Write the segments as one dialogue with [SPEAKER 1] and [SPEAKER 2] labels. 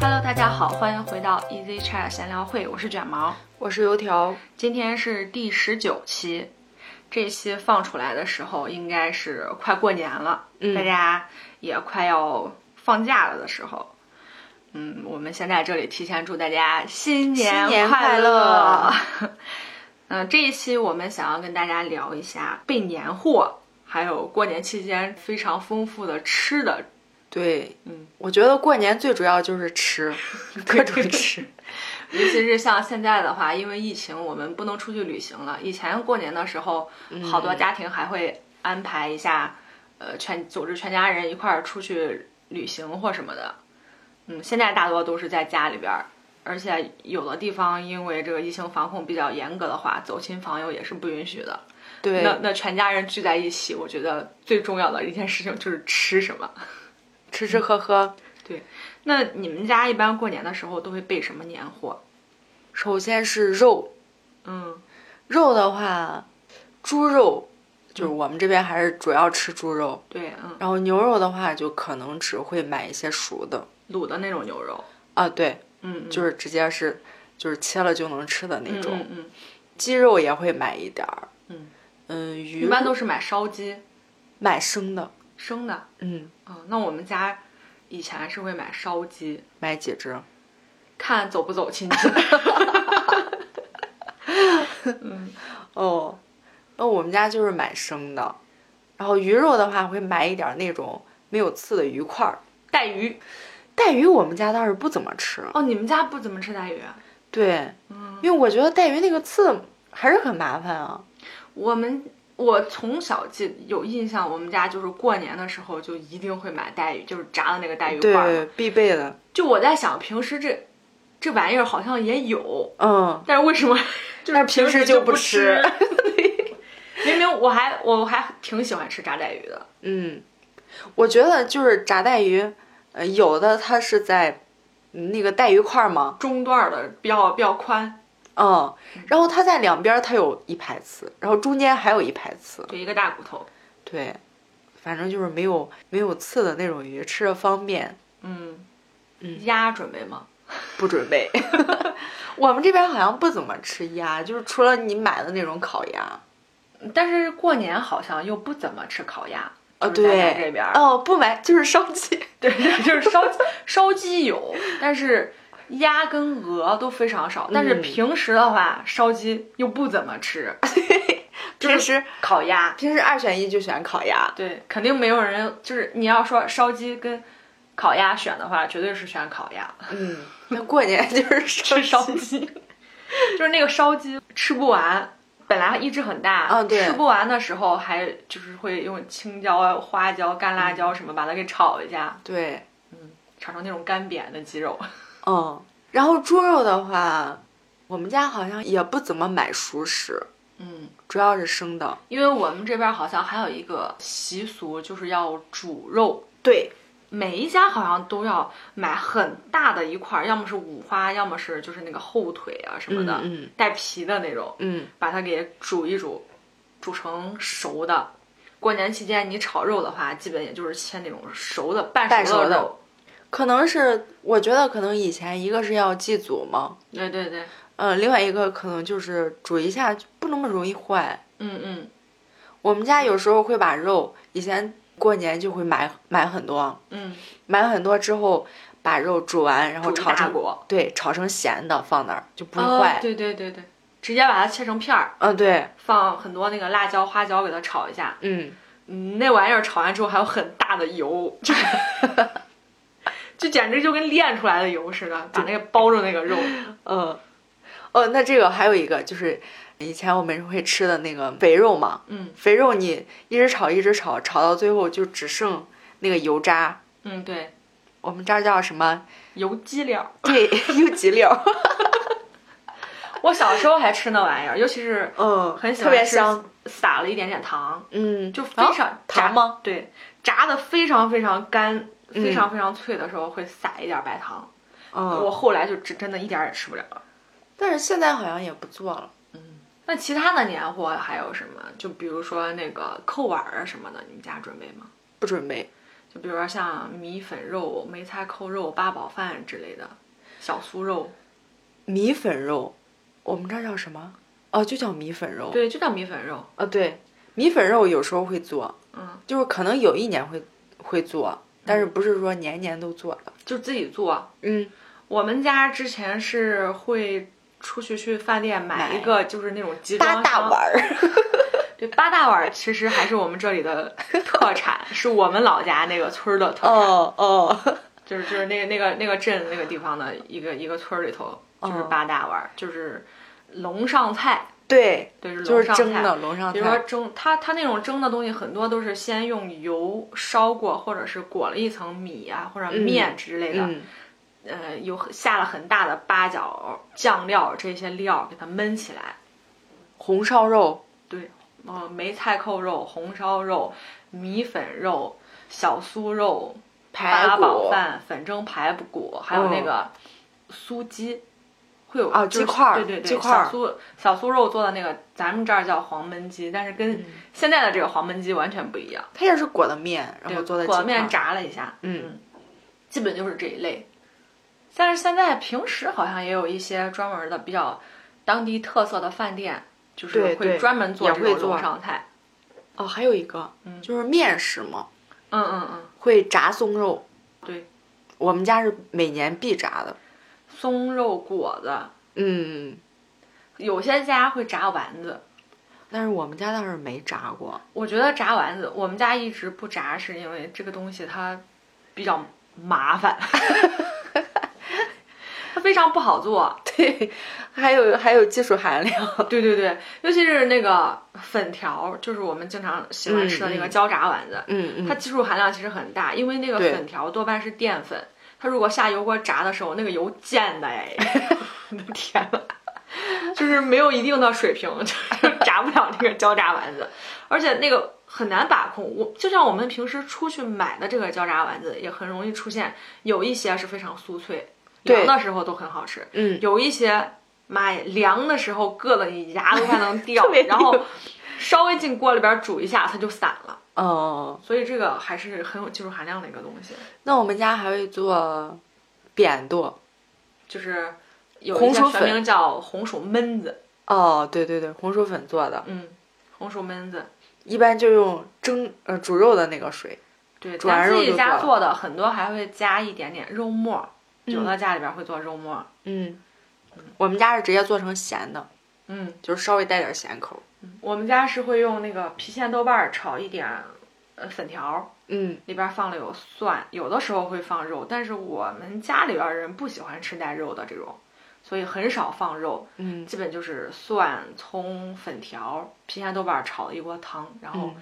[SPEAKER 1] Hello，大家好，欢迎回到 Easy Chat 闲聊会，我是卷毛，
[SPEAKER 2] 我是油条。
[SPEAKER 1] 今天是第十九期，这期放出来的时候应该是快过年了，
[SPEAKER 2] 嗯
[SPEAKER 1] 大家也快要放假了的时候。嗯，我们先在这里提前祝大家新
[SPEAKER 2] 新年
[SPEAKER 1] 快
[SPEAKER 2] 快 乐
[SPEAKER 1] 嗯，这一期我们想要跟大家聊一下备年货，还有过年期间非常丰富的吃的
[SPEAKER 2] 对，
[SPEAKER 1] 嗯，
[SPEAKER 2] 我觉得过年最主要就是 吃，各种吃。
[SPEAKER 1] 尤其是像现在的话，因为疫情，我们不能出去旅行了。以前过年的时候，好多家庭还会安排一下，呃，全组织全家人一块儿出去旅行或什么的。嗯，现在大多都是在家里边儿，而且有的地方因为这个疫情防控比较严格的话，走亲访友也是不允许的。
[SPEAKER 2] 对，
[SPEAKER 1] 那那全家人聚在一起，我觉得最重要的一件事情就是吃什么。
[SPEAKER 2] 吃吃喝喝。
[SPEAKER 1] 那你们家一般过年的时候都会备什么年货？
[SPEAKER 2] 首先是肉，
[SPEAKER 1] 嗯
[SPEAKER 2] 肉的话，猪肉就是我们这边还是主要吃猪肉，，
[SPEAKER 1] 对，嗯，
[SPEAKER 2] 然后牛肉的话就可能只会买一些熟的。
[SPEAKER 1] 卤的那种牛肉。
[SPEAKER 2] 啊，对，
[SPEAKER 1] 嗯，
[SPEAKER 2] 就是直接是就是切了就能吃的那
[SPEAKER 1] 那
[SPEAKER 2] 种。
[SPEAKER 1] 嗯嗯
[SPEAKER 2] 鸡肉也会买一点儿。
[SPEAKER 1] 嗯
[SPEAKER 2] 嗯，鱼
[SPEAKER 1] 嗯，一般都是买烧鸡
[SPEAKER 2] 买生的。
[SPEAKER 1] 生的。
[SPEAKER 2] 嗯，
[SPEAKER 1] 嗯，那我们家以前是会买烧鸡，
[SPEAKER 2] 买几只？
[SPEAKER 1] 看走不走亲戚。 嗯
[SPEAKER 2] 哦，那我们家就是买生的，然后鱼肉的话会买一点儿那种没有刺的鱼块儿。
[SPEAKER 1] 带鱼
[SPEAKER 2] 带鱼我们家倒是不怎么吃，
[SPEAKER 1] 哦，你们家不怎么吃带鱼啊？
[SPEAKER 2] 对，
[SPEAKER 1] 嗯，
[SPEAKER 2] 因为我觉得带鱼那个刺还是很麻烦啊。
[SPEAKER 1] 我们我从小记有印象，我们家就是过年的时候就一定会买带鱼，就是炸的那个带鱼块儿
[SPEAKER 2] 对
[SPEAKER 1] 嘛。，
[SPEAKER 2] 必备的。
[SPEAKER 1] 就我在想，平时这这玩意儿好像也有，
[SPEAKER 2] 嗯，
[SPEAKER 1] 但是为什么就是
[SPEAKER 2] 平时
[SPEAKER 1] 就
[SPEAKER 2] 就不
[SPEAKER 1] 吃
[SPEAKER 2] 吃？
[SPEAKER 1] 明明我还我还挺喜欢吃炸带鱼的。
[SPEAKER 2] 嗯，我觉得就是炸带鱼，呃，有的它是在嗯那个带鱼块儿嘛，
[SPEAKER 1] 中段儿的比较比较宽，
[SPEAKER 2] 嗯，然后它在两边儿它有一排刺，然后中间还有一排刺，
[SPEAKER 1] 就一个大骨头。
[SPEAKER 2] 对，反正就是没有没有刺的那种鱼，吃着方便。
[SPEAKER 1] 嗯，
[SPEAKER 2] 嗯
[SPEAKER 1] 鸭准备吗？
[SPEAKER 2] 不准备， 我们这边好像不怎么吃鸭，就是除了你买的那种烤鸭，
[SPEAKER 1] 但是过年好像又不怎么吃烤鸭。
[SPEAKER 2] 哦，
[SPEAKER 1] 就是咱
[SPEAKER 2] 对
[SPEAKER 1] 家，这边儿
[SPEAKER 2] 哦，不买就是烧鸡，
[SPEAKER 1] 对， 就是烧鸡烧鸡有，但是鸭跟鹅都非常少。但是
[SPEAKER 2] 嗯
[SPEAKER 1] 平时的话，烧鸡又不怎么吃，
[SPEAKER 2] 平时
[SPEAKER 1] 烤鸭
[SPEAKER 2] 平时二选一就选烤鸭，
[SPEAKER 1] 对，肯定没有人就是你要说烧鸡跟烤鸭选的话，绝对是选烤鸭。
[SPEAKER 2] 嗯， 那过年就是 烧
[SPEAKER 1] 吃烧 鸡，就是那个烧鸡吃不完，本来一只很大，
[SPEAKER 2] 嗯对
[SPEAKER 1] 吃不完的时候还就是会用青椒啊、花椒、干辣椒什么把它给炒一下，
[SPEAKER 2] 对，
[SPEAKER 1] 炒成那种干瘪的鸡肉。
[SPEAKER 2] 嗯，然后猪肉的话，我们家好像也不怎么买熟食，
[SPEAKER 1] 嗯，
[SPEAKER 2] 主要是生的。
[SPEAKER 1] 因为我们这边好像还有一个习俗，就是要煮肉。
[SPEAKER 2] 对，
[SPEAKER 1] 每一家好像都要买很大的一块儿，要么是五花，要么是就是那个后腿啊什么的，
[SPEAKER 2] 嗯嗯
[SPEAKER 1] 带皮的那种。
[SPEAKER 2] 嗯，
[SPEAKER 1] 把它给煮一煮，煮成熟的。过年期间你炒肉的话，基本也就是切那种熟的、半熟
[SPEAKER 2] 半熟的
[SPEAKER 1] 肉。
[SPEAKER 2] 可能是我觉得可能以前一个是要祭祖嘛，
[SPEAKER 1] 对对对，
[SPEAKER 2] 嗯、另外一个可能就是煮一下就不那么容易坏。
[SPEAKER 1] 嗯嗯
[SPEAKER 2] 我们家有时候会把肉，以前过年就会买买很多，
[SPEAKER 1] 嗯，
[SPEAKER 2] 买很多之后把肉煮完，然后
[SPEAKER 1] 煮一
[SPEAKER 2] 哦炒
[SPEAKER 1] 大
[SPEAKER 2] 成
[SPEAKER 1] 锅
[SPEAKER 2] 对，炒成咸的放那儿就不会
[SPEAKER 1] 哦
[SPEAKER 2] 坏。
[SPEAKER 1] 对对对对，直接把它切成片儿，
[SPEAKER 2] 嗯，对，
[SPEAKER 1] 放很多那个辣椒、花椒给它炒一下。
[SPEAKER 2] 嗯，
[SPEAKER 1] 嗯，那玩意儿炒完之后还有很大的油，就 就简直就跟炼出来的油似的，把那个包着那个肉。
[SPEAKER 2] 嗯，哦，那这个还有一个就是以前我们会吃的那个肥肉嘛，
[SPEAKER 1] 嗯
[SPEAKER 2] 肥肉你一直炒一直炒，炒到最后就只剩那个油渣，
[SPEAKER 1] 嗯，对，
[SPEAKER 2] 我们这儿叫什么？
[SPEAKER 1] 油鸡料。
[SPEAKER 2] 对，又几料，
[SPEAKER 1] 我小时候还吃那玩意儿，尤其是
[SPEAKER 2] 嗯，
[SPEAKER 1] 很喜
[SPEAKER 2] 特
[SPEAKER 1] 欢
[SPEAKER 2] 别
[SPEAKER 1] 吃
[SPEAKER 2] 香，，
[SPEAKER 1] 撒了一点点糖，
[SPEAKER 2] 嗯，
[SPEAKER 1] 就非
[SPEAKER 2] 啊
[SPEAKER 1] 常、炸
[SPEAKER 2] 糖吗？
[SPEAKER 1] 对，炸的非常非常干，
[SPEAKER 2] 嗯
[SPEAKER 1] 非常非常脆的时候会撒一点白糖。
[SPEAKER 2] 嗯，
[SPEAKER 1] 我后来就真真的一点儿也吃不了了。
[SPEAKER 2] 但是现在好像也不做了。
[SPEAKER 1] 那其他的年货还有什么？就比如说那个扣碗儿啊什么的，你们家准备吗？
[SPEAKER 2] 不准备，
[SPEAKER 1] 就比如说像米粉肉、梅菜扣肉、八宝饭之类的，小酥肉，
[SPEAKER 2] 米粉肉，我们这儿叫什么？哦，就叫米粉肉。
[SPEAKER 1] 对，就叫米粉肉。
[SPEAKER 2] 啊，对，米粉肉有时候会做，
[SPEAKER 1] 嗯，
[SPEAKER 2] 就是可能有一年会会做，但是不是说年年都做的。
[SPEAKER 1] 就自己做。
[SPEAKER 2] 嗯，
[SPEAKER 1] 我们家之前是会出去去饭店买
[SPEAKER 2] 买
[SPEAKER 1] 一个，就是那种集装
[SPEAKER 2] 八
[SPEAKER 1] 箱
[SPEAKER 2] 大碗儿。
[SPEAKER 1] 对，八大碗儿其实还是我们这里 的特产，是我们老家那个村儿的特产，
[SPEAKER 2] 哦哦，
[SPEAKER 1] 就是就是那个那个那个镇那个地方的一个一个村儿里头，就是
[SPEAKER 2] 哦
[SPEAKER 1] 八大碗儿，就是龙上菜，
[SPEAKER 2] 对，
[SPEAKER 1] 对，
[SPEAKER 2] 就
[SPEAKER 1] 龙
[SPEAKER 2] 是
[SPEAKER 1] 上
[SPEAKER 2] 蒸
[SPEAKER 1] 菜。
[SPEAKER 2] 的龙上
[SPEAKER 1] 比如说
[SPEAKER 2] 菜。
[SPEAKER 1] 蒸，它它那种蒸的东西很多都是先用油烧过，或者是裹了一层米啊或者面之类的，
[SPEAKER 2] 嗯，
[SPEAKER 1] 呃，有很下了很大的八角、酱料这些料给它焖起来，
[SPEAKER 2] 红烧肉。
[SPEAKER 1] 对，呃，梅菜扣肉、红烧肉、米粉肉、小酥肉、
[SPEAKER 2] 排
[SPEAKER 1] 八宝
[SPEAKER 2] 骨
[SPEAKER 1] 饭、粉蒸排骨，还有那
[SPEAKER 2] 嗯
[SPEAKER 1] 个酥鸡，会有
[SPEAKER 2] 啊
[SPEAKER 1] 就是
[SPEAKER 2] 鸡块儿
[SPEAKER 1] 对对对，
[SPEAKER 2] 鸡块儿
[SPEAKER 1] 小酥小酥肉做的那个，咱们这儿叫黄焖鸡，但是跟
[SPEAKER 2] 嗯
[SPEAKER 1] 现在的这个黄焖鸡完全不一样，
[SPEAKER 2] 它也是裹的面，然
[SPEAKER 1] 对
[SPEAKER 2] 后哦做的
[SPEAKER 1] 裹
[SPEAKER 2] 鸡块
[SPEAKER 1] 面
[SPEAKER 2] 儿。
[SPEAKER 1] 炸了一下，
[SPEAKER 2] 嗯，
[SPEAKER 1] 基本就是这一类。但是现在平时好像也有一些专门的比较当地特色的饭店，就是
[SPEAKER 2] 对
[SPEAKER 1] 会
[SPEAKER 2] 对
[SPEAKER 1] 专门做
[SPEAKER 2] 也
[SPEAKER 1] 这
[SPEAKER 2] 会
[SPEAKER 1] 种
[SPEAKER 2] 做
[SPEAKER 1] 龙上菜。
[SPEAKER 2] 哦，还有一个
[SPEAKER 1] 嗯
[SPEAKER 2] 就是面食嘛，
[SPEAKER 1] 嗯嗯嗯，
[SPEAKER 2] 会炸松肉。
[SPEAKER 1] 对，
[SPEAKER 2] 我们家是每年必炸的。
[SPEAKER 1] 松肉果子，
[SPEAKER 2] 嗯，
[SPEAKER 1] 有些家会炸丸子。
[SPEAKER 2] 但是我们家倒是没炸过。
[SPEAKER 1] 我觉得炸丸子，我们家一直不炸，是因为这个东西它比较麻烦， 它非常不好做。
[SPEAKER 2] 对，还有还有技术含量。
[SPEAKER 1] 对对对，尤其是那个粉条，就是我们经常喜欢吃的那个
[SPEAKER 2] 嗯嗯
[SPEAKER 1] 焦炸丸子，
[SPEAKER 2] 嗯
[SPEAKER 1] 它
[SPEAKER 2] 嗯，
[SPEAKER 1] 技术含量其实很大，因为那个
[SPEAKER 2] 对
[SPEAKER 1] 粉条多半是淀粉，它如果下油锅炸的时候，那个油溅的 哎，我的天呐，就是没有一定的水平， 就是炸不了那个焦炸丸子，而且那个很难把控。我就像我们平时出去买的这个焦炸丸子，也很容易出现有一些是非常酥脆，
[SPEAKER 2] 对
[SPEAKER 1] 凉的时候都很好吃，
[SPEAKER 2] 嗯，
[SPEAKER 1] 有一些妈呀，凉的时候硌得你牙都快能掉
[SPEAKER 2] 特别，
[SPEAKER 1] 然后稍微进锅里边煮一下它就散了。
[SPEAKER 2] 哦，
[SPEAKER 1] 所以这个还是很有技术含量的一个东西，
[SPEAKER 2] 那我们家还会做扁豆。
[SPEAKER 1] 就是有一
[SPEAKER 2] 红
[SPEAKER 1] 些
[SPEAKER 2] 薯
[SPEAKER 1] 学
[SPEAKER 2] 粉
[SPEAKER 1] 名叫红薯焖子，
[SPEAKER 2] 哦，对对对，红薯粉做的，
[SPEAKER 1] 嗯，红薯焖子，
[SPEAKER 2] 一般就用蒸呃煮肉的那个水。
[SPEAKER 1] 对，
[SPEAKER 2] 煮完
[SPEAKER 1] 咱自
[SPEAKER 2] 肉
[SPEAKER 1] 己
[SPEAKER 2] 就
[SPEAKER 1] 家
[SPEAKER 2] 做
[SPEAKER 1] 做
[SPEAKER 2] 了
[SPEAKER 1] 的很多还会加一点点肉末，
[SPEAKER 2] 嗯
[SPEAKER 1] 有的家里边会做肉末，
[SPEAKER 2] 嗯，我们家是直接做成咸的，
[SPEAKER 1] 嗯，
[SPEAKER 2] 就是稍微带点咸口。
[SPEAKER 1] 我们家是会用那个郫县豆瓣儿炒一点呃粉条，
[SPEAKER 2] 嗯，
[SPEAKER 1] 里边放了有蒜，有的时候会放肉，但是我们家里边人不喜欢吃带肉的这种，所以很少放肉，
[SPEAKER 2] 嗯，
[SPEAKER 1] 基本就是蒜、葱、粉条、郫县豆瓣儿炒了一锅汤，然后、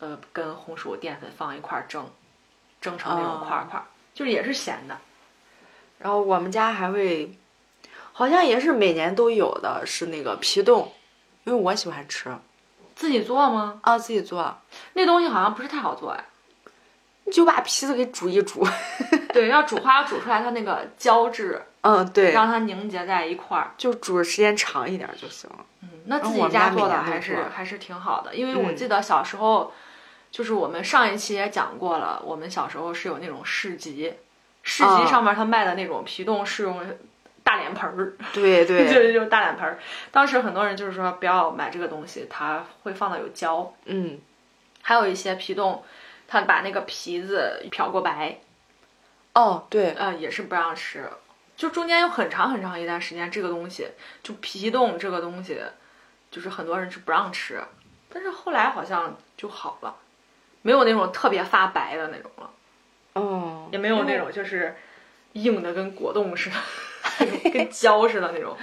[SPEAKER 2] 嗯
[SPEAKER 1] 呃跟红薯淀粉放一块儿蒸，蒸成那种块儿
[SPEAKER 2] 哦
[SPEAKER 1] 块儿，就是也是咸的，
[SPEAKER 2] 然后我们家还会，好像也是每年都有的，是那个皮冻，因为我喜欢吃
[SPEAKER 1] 自己做吗？
[SPEAKER 2] 啊，自己做，
[SPEAKER 1] 那东西好像不是太好做哎，
[SPEAKER 2] 你就把皮子给煮一煮。
[SPEAKER 1] 对，要煮花要煮出来它那个胶质，
[SPEAKER 2] 嗯，对，
[SPEAKER 1] 让它凝结在一块儿。
[SPEAKER 2] 就煮的时间长一点就行了。
[SPEAKER 1] 嗯，那
[SPEAKER 2] 然后
[SPEAKER 1] 自己
[SPEAKER 2] 我们
[SPEAKER 1] 家
[SPEAKER 2] 家每
[SPEAKER 1] 做的
[SPEAKER 2] 年都
[SPEAKER 1] 还是
[SPEAKER 2] 做
[SPEAKER 1] 还是挺好的，因为我
[SPEAKER 2] 嗯
[SPEAKER 1] 记得小时候，就是我们上一期也讲过了，我们小时候是有那种市集，市集
[SPEAKER 2] 啊
[SPEAKER 1] 上面他卖的那种皮冻是用大脸盆儿，
[SPEAKER 2] 对 对，
[SPEAKER 1] 就是就是大脸盆儿。当时很多人就是说不要买这个东西，它会放到有胶，
[SPEAKER 2] 嗯，
[SPEAKER 1] 还有一些皮冻，他把那个皮子漂过白，
[SPEAKER 2] 哦对，
[SPEAKER 1] 呃，也是不让吃。就中间有很长很长一段时间，这个东西就皮冻这个东西，就是很多人是不让吃，但是后来好像就好了，没有那种特别发白的那种了，
[SPEAKER 2] 哦，
[SPEAKER 1] 也没有那种就是硬的跟果冻似的， 那种跟胶似的那种。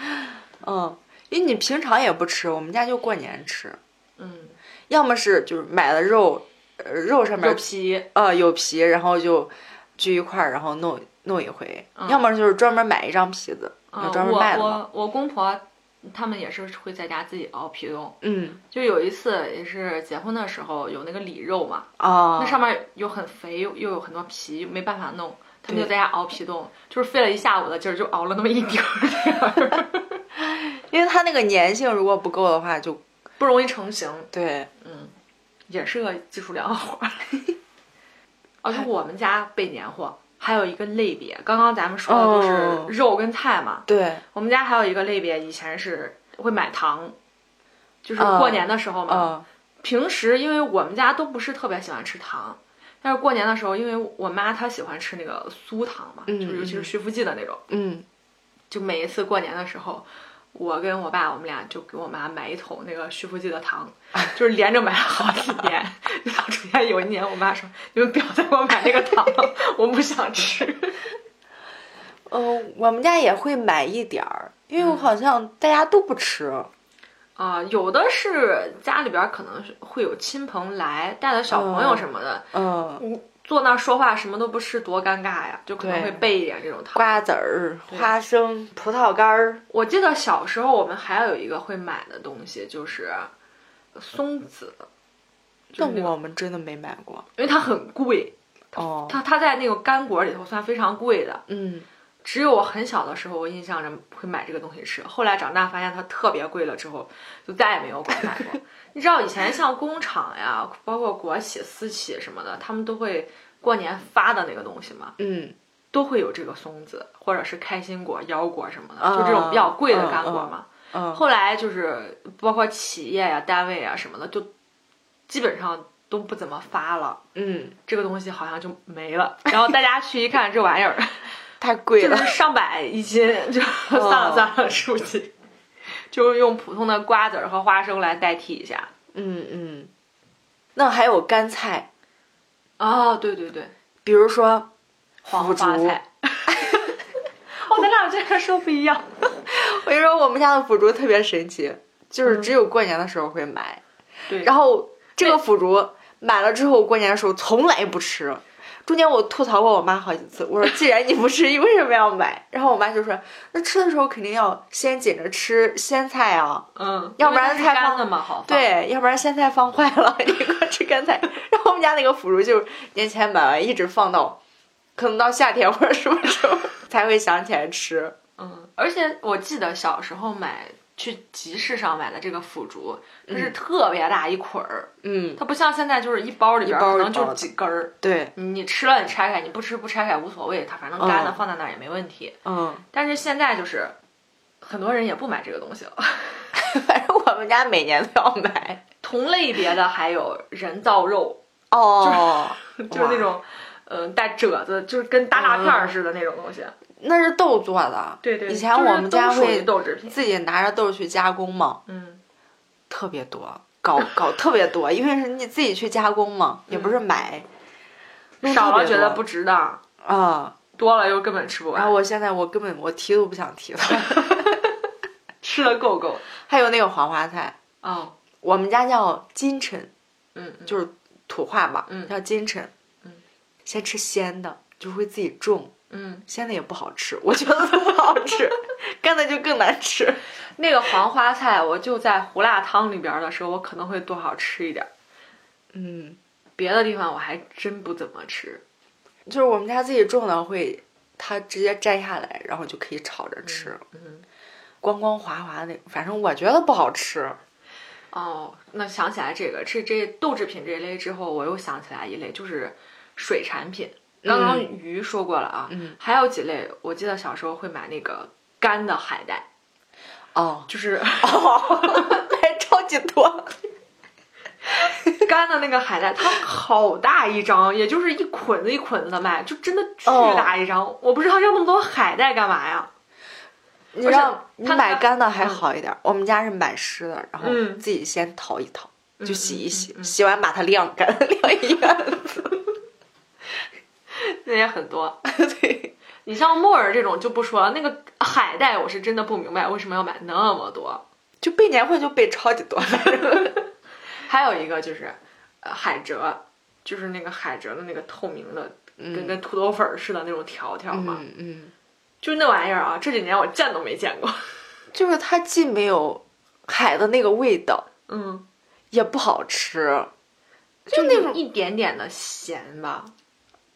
[SPEAKER 2] 嗯，因为你平常也不吃，我们家就过年吃，
[SPEAKER 1] 嗯，
[SPEAKER 2] 要么是就是买了肉，呃肉上面
[SPEAKER 1] 肉皮，
[SPEAKER 2] 呃有皮，然后就聚一块儿，然后弄弄一回，
[SPEAKER 1] 嗯
[SPEAKER 2] 要么就是专门买一张皮子，
[SPEAKER 1] 嗯，
[SPEAKER 2] 有专门卖的嘛。
[SPEAKER 1] 我我我公婆他们也是会在家自己熬皮冻，
[SPEAKER 2] 嗯
[SPEAKER 1] 就有一次也是结婚的时候有那个里肉嘛，
[SPEAKER 2] 啊，
[SPEAKER 1] 那上面又很肥，又又有很多皮，没办法弄，他们就
[SPEAKER 2] 对
[SPEAKER 1] 在家熬皮冻，就是费了一下午的劲儿，就熬了那么一丁儿，
[SPEAKER 2] 因为它那个粘性如果不够的话就，
[SPEAKER 1] 不容易成型，嗯
[SPEAKER 2] 对，
[SPEAKER 1] 也是个技术良活儿。啊，而且我们家备年货还有一个类别，刚刚咱们说的都
[SPEAKER 2] 哦
[SPEAKER 1] 是肉跟菜嘛，
[SPEAKER 2] 对，
[SPEAKER 1] 我们家还有一个类别，以前是会买糖，就是
[SPEAKER 2] 嗯
[SPEAKER 1] 过年的时候嘛。
[SPEAKER 2] 嗯
[SPEAKER 1] 平时因为我们家都不是特别喜欢吃糖，但是过年的时候，因为我妈她喜欢吃那个酥糖嘛，
[SPEAKER 2] 嗯
[SPEAKER 1] 就是尤其是
[SPEAKER 2] 嗯
[SPEAKER 1] 徐福记的那种。
[SPEAKER 2] 嗯，
[SPEAKER 1] 就每一次过年的时候，我跟我爸我们俩就给我妈买一桶那个徐福记的 糖，就是连着买了好几年。然后中间有一年，我妈说：“你们不要再给我买那个糖了，我不想 吃。
[SPEAKER 2] 呃，我们家也会买一点儿，因为好像大家都不吃。
[SPEAKER 1] 啊、有的是家里边儿可能是会有亲朋来，带着小
[SPEAKER 2] 哦
[SPEAKER 1] 朋友什么的，
[SPEAKER 2] 嗯，
[SPEAKER 1] 你坐那儿说话什么都不吃，多尴尬呀！就可能会
[SPEAKER 2] 对
[SPEAKER 1] 备一点这种糖。
[SPEAKER 2] 瓜子儿、花生、葡萄干儿，
[SPEAKER 1] 我记得小时候我们还有一个会买的东西就是松子，就
[SPEAKER 2] 但
[SPEAKER 1] 是那个，
[SPEAKER 2] 我们真的没买过。
[SPEAKER 1] 因为它很贵，
[SPEAKER 2] 哦，
[SPEAKER 1] 它它在那个干果里头算非常贵的。
[SPEAKER 2] 嗯，
[SPEAKER 1] 只有我很小的时候，我印象着会买这个东西吃。后来长大发现它特别贵了之后，就再也没有买过。你知道以前像工厂呀，包括国企、私企什么的，他们都会过年发的那个东西嘛，
[SPEAKER 2] 嗯，
[SPEAKER 1] 都会有这个松子或者是开心果、腰果什么的，
[SPEAKER 2] 嗯
[SPEAKER 1] 就这种比较贵的干果嘛。
[SPEAKER 2] 嗯
[SPEAKER 1] 后来就是包括企业呀、单位啊什么的，就基本上都不怎么发了。
[SPEAKER 2] 嗯，
[SPEAKER 1] 这个东西好像就没了，然后大家去一看，这玩意 儿
[SPEAKER 2] 太贵
[SPEAKER 1] 就
[SPEAKER 2] 了
[SPEAKER 1] 是。上百一斤，就 算
[SPEAKER 2] 哦
[SPEAKER 1] 了算了，吃不起，就是用普通的瓜子儿和花生来代替一下。
[SPEAKER 2] 嗯嗯，那还有干菜，
[SPEAKER 1] 哦，对对对，
[SPEAKER 2] 比如说
[SPEAKER 1] 黄
[SPEAKER 2] 腐
[SPEAKER 1] 花
[SPEAKER 2] 竹。
[SPEAKER 1] 菜。 哦，咱俩这个说不一样。
[SPEAKER 2] 我跟你说，我们家的腐竹特别神奇，就是只有过年的时候会买。
[SPEAKER 1] 对
[SPEAKER 2] 然后这个腐竹买了之后，过年的时候从来不吃。中间我吐槽过我妈好几次，我说既然你不吃，你为什么要买？然后我妈就说，那吃的时候肯定要先紧着吃鲜菜啊，
[SPEAKER 1] 嗯，
[SPEAKER 2] 要不然
[SPEAKER 1] 因为它是
[SPEAKER 2] 太
[SPEAKER 1] 干
[SPEAKER 2] 放
[SPEAKER 1] 的嘛，好放。，
[SPEAKER 2] 对，要不然咸菜放坏了，你给我吃干菜。 然后我们家那个腐竹就是年前买完一直放到，可能到夏天或者什么时候才会想起来吃。
[SPEAKER 1] 嗯，而且我记得小时候买去集市上买的这个腐竹，它是特别大一捆儿，
[SPEAKER 2] 嗯，
[SPEAKER 1] 它不像现在就是一包里边儿
[SPEAKER 2] 一包
[SPEAKER 1] 可
[SPEAKER 2] 一
[SPEAKER 1] 能
[SPEAKER 2] 包
[SPEAKER 1] 就
[SPEAKER 2] 的
[SPEAKER 1] 几根儿。
[SPEAKER 2] 对，
[SPEAKER 1] 你你吃了你拆开，你不吃不拆开无所谓，它反正干的
[SPEAKER 2] 嗯
[SPEAKER 1] 放在那儿也没问题。
[SPEAKER 2] 嗯，
[SPEAKER 1] 但是现在就是很多人也不买这个东西了。
[SPEAKER 2] 反正我们家每年都要买。
[SPEAKER 1] 同类别的还有人造肉，
[SPEAKER 2] 哦，
[SPEAKER 1] 就是那种，嗯、带褶子，就是跟大辣片儿似的那种东西。
[SPEAKER 2] 那是豆做的，
[SPEAKER 1] 对对，
[SPEAKER 2] 嗯以前我们
[SPEAKER 1] 就
[SPEAKER 2] 家
[SPEAKER 1] 是都属于
[SPEAKER 2] 会
[SPEAKER 1] 豆制品。
[SPEAKER 2] 自己拿着豆去加工嘛，
[SPEAKER 1] 嗯，
[SPEAKER 2] 特别多，搞搞特别多，因为是你自己去加工嘛，也不是买。弄
[SPEAKER 1] 嗯少
[SPEAKER 2] 特
[SPEAKER 1] 了
[SPEAKER 2] 别
[SPEAKER 1] 觉得
[SPEAKER 2] 多
[SPEAKER 1] 不值当，
[SPEAKER 2] 啊、
[SPEAKER 1] 多了又根本吃不
[SPEAKER 2] 然后
[SPEAKER 1] 完，
[SPEAKER 2] 我现在我根本我提都不想 提了。
[SPEAKER 1] 吃的够够。
[SPEAKER 2] 还有那个黄花菜，
[SPEAKER 1] 哦，
[SPEAKER 2] 我们家叫金蛏，
[SPEAKER 1] 嗯，嗯
[SPEAKER 2] 就是土话吧，
[SPEAKER 1] 嗯
[SPEAKER 2] 叫金蛏。
[SPEAKER 1] 嗯，
[SPEAKER 2] 先吃鲜的，就会自己种，
[SPEAKER 1] 嗯，
[SPEAKER 2] 鲜的也不好吃，我觉得都不好吃， 干的就更难吃。
[SPEAKER 1] 那个黄花菜，我就在胡辣汤里边儿的时候，我可能会多少吃一点儿，
[SPEAKER 2] 嗯，
[SPEAKER 1] 别的地方我还真不怎么吃。
[SPEAKER 2] 就是我们家自己种的会，它直接摘下来，然后就可以炒着吃，
[SPEAKER 1] 嗯，
[SPEAKER 2] 光光滑滑的，反正我觉得不好吃。
[SPEAKER 1] 哦，那想起来这个，这这豆制品这一类之后，我又想起来一类，就是水产品。刚刚鱼说过了啊，
[SPEAKER 2] 嗯
[SPEAKER 1] 还有几类，我记得小时候会买那个干的海带，
[SPEAKER 2] 哦，
[SPEAKER 1] 就是
[SPEAKER 2] 还超级多。
[SPEAKER 1] 干的那个海带，它好大一张，也就是一捆子一捆子的卖，就真的巨
[SPEAKER 2] 哦
[SPEAKER 1] 大一张。我不知道要那么多海带干嘛呀？
[SPEAKER 2] 你
[SPEAKER 1] 而且
[SPEAKER 2] 让你
[SPEAKER 1] 它
[SPEAKER 2] 买
[SPEAKER 1] 那个
[SPEAKER 2] 干的还好一点儿，我们家是买湿的，然后
[SPEAKER 1] 嗯
[SPEAKER 2] 自己先淘一淘，就洗一洗，
[SPEAKER 1] 嗯嗯嗯
[SPEAKER 2] 洗完把它晾干， 晾一干。
[SPEAKER 1] 那也很多。
[SPEAKER 2] 对，
[SPEAKER 1] 你像木耳这种就不说了，那个海带我是真的不明白为什么要买那么多。
[SPEAKER 2] 就备年会就备超级多，反正
[SPEAKER 1] 还有一个就是，呃，海蜇，就是那个海蜇的那个透明的，跟跟土豆粉儿似的那种条条嘛，
[SPEAKER 2] 嗯嗯，
[SPEAKER 1] 就那玩意儿啊，这几年我见都没见过。
[SPEAKER 2] 就是它既没有海的那个味道，
[SPEAKER 1] 嗯，
[SPEAKER 2] 也不好吃。
[SPEAKER 1] 就那种一点点的咸吧。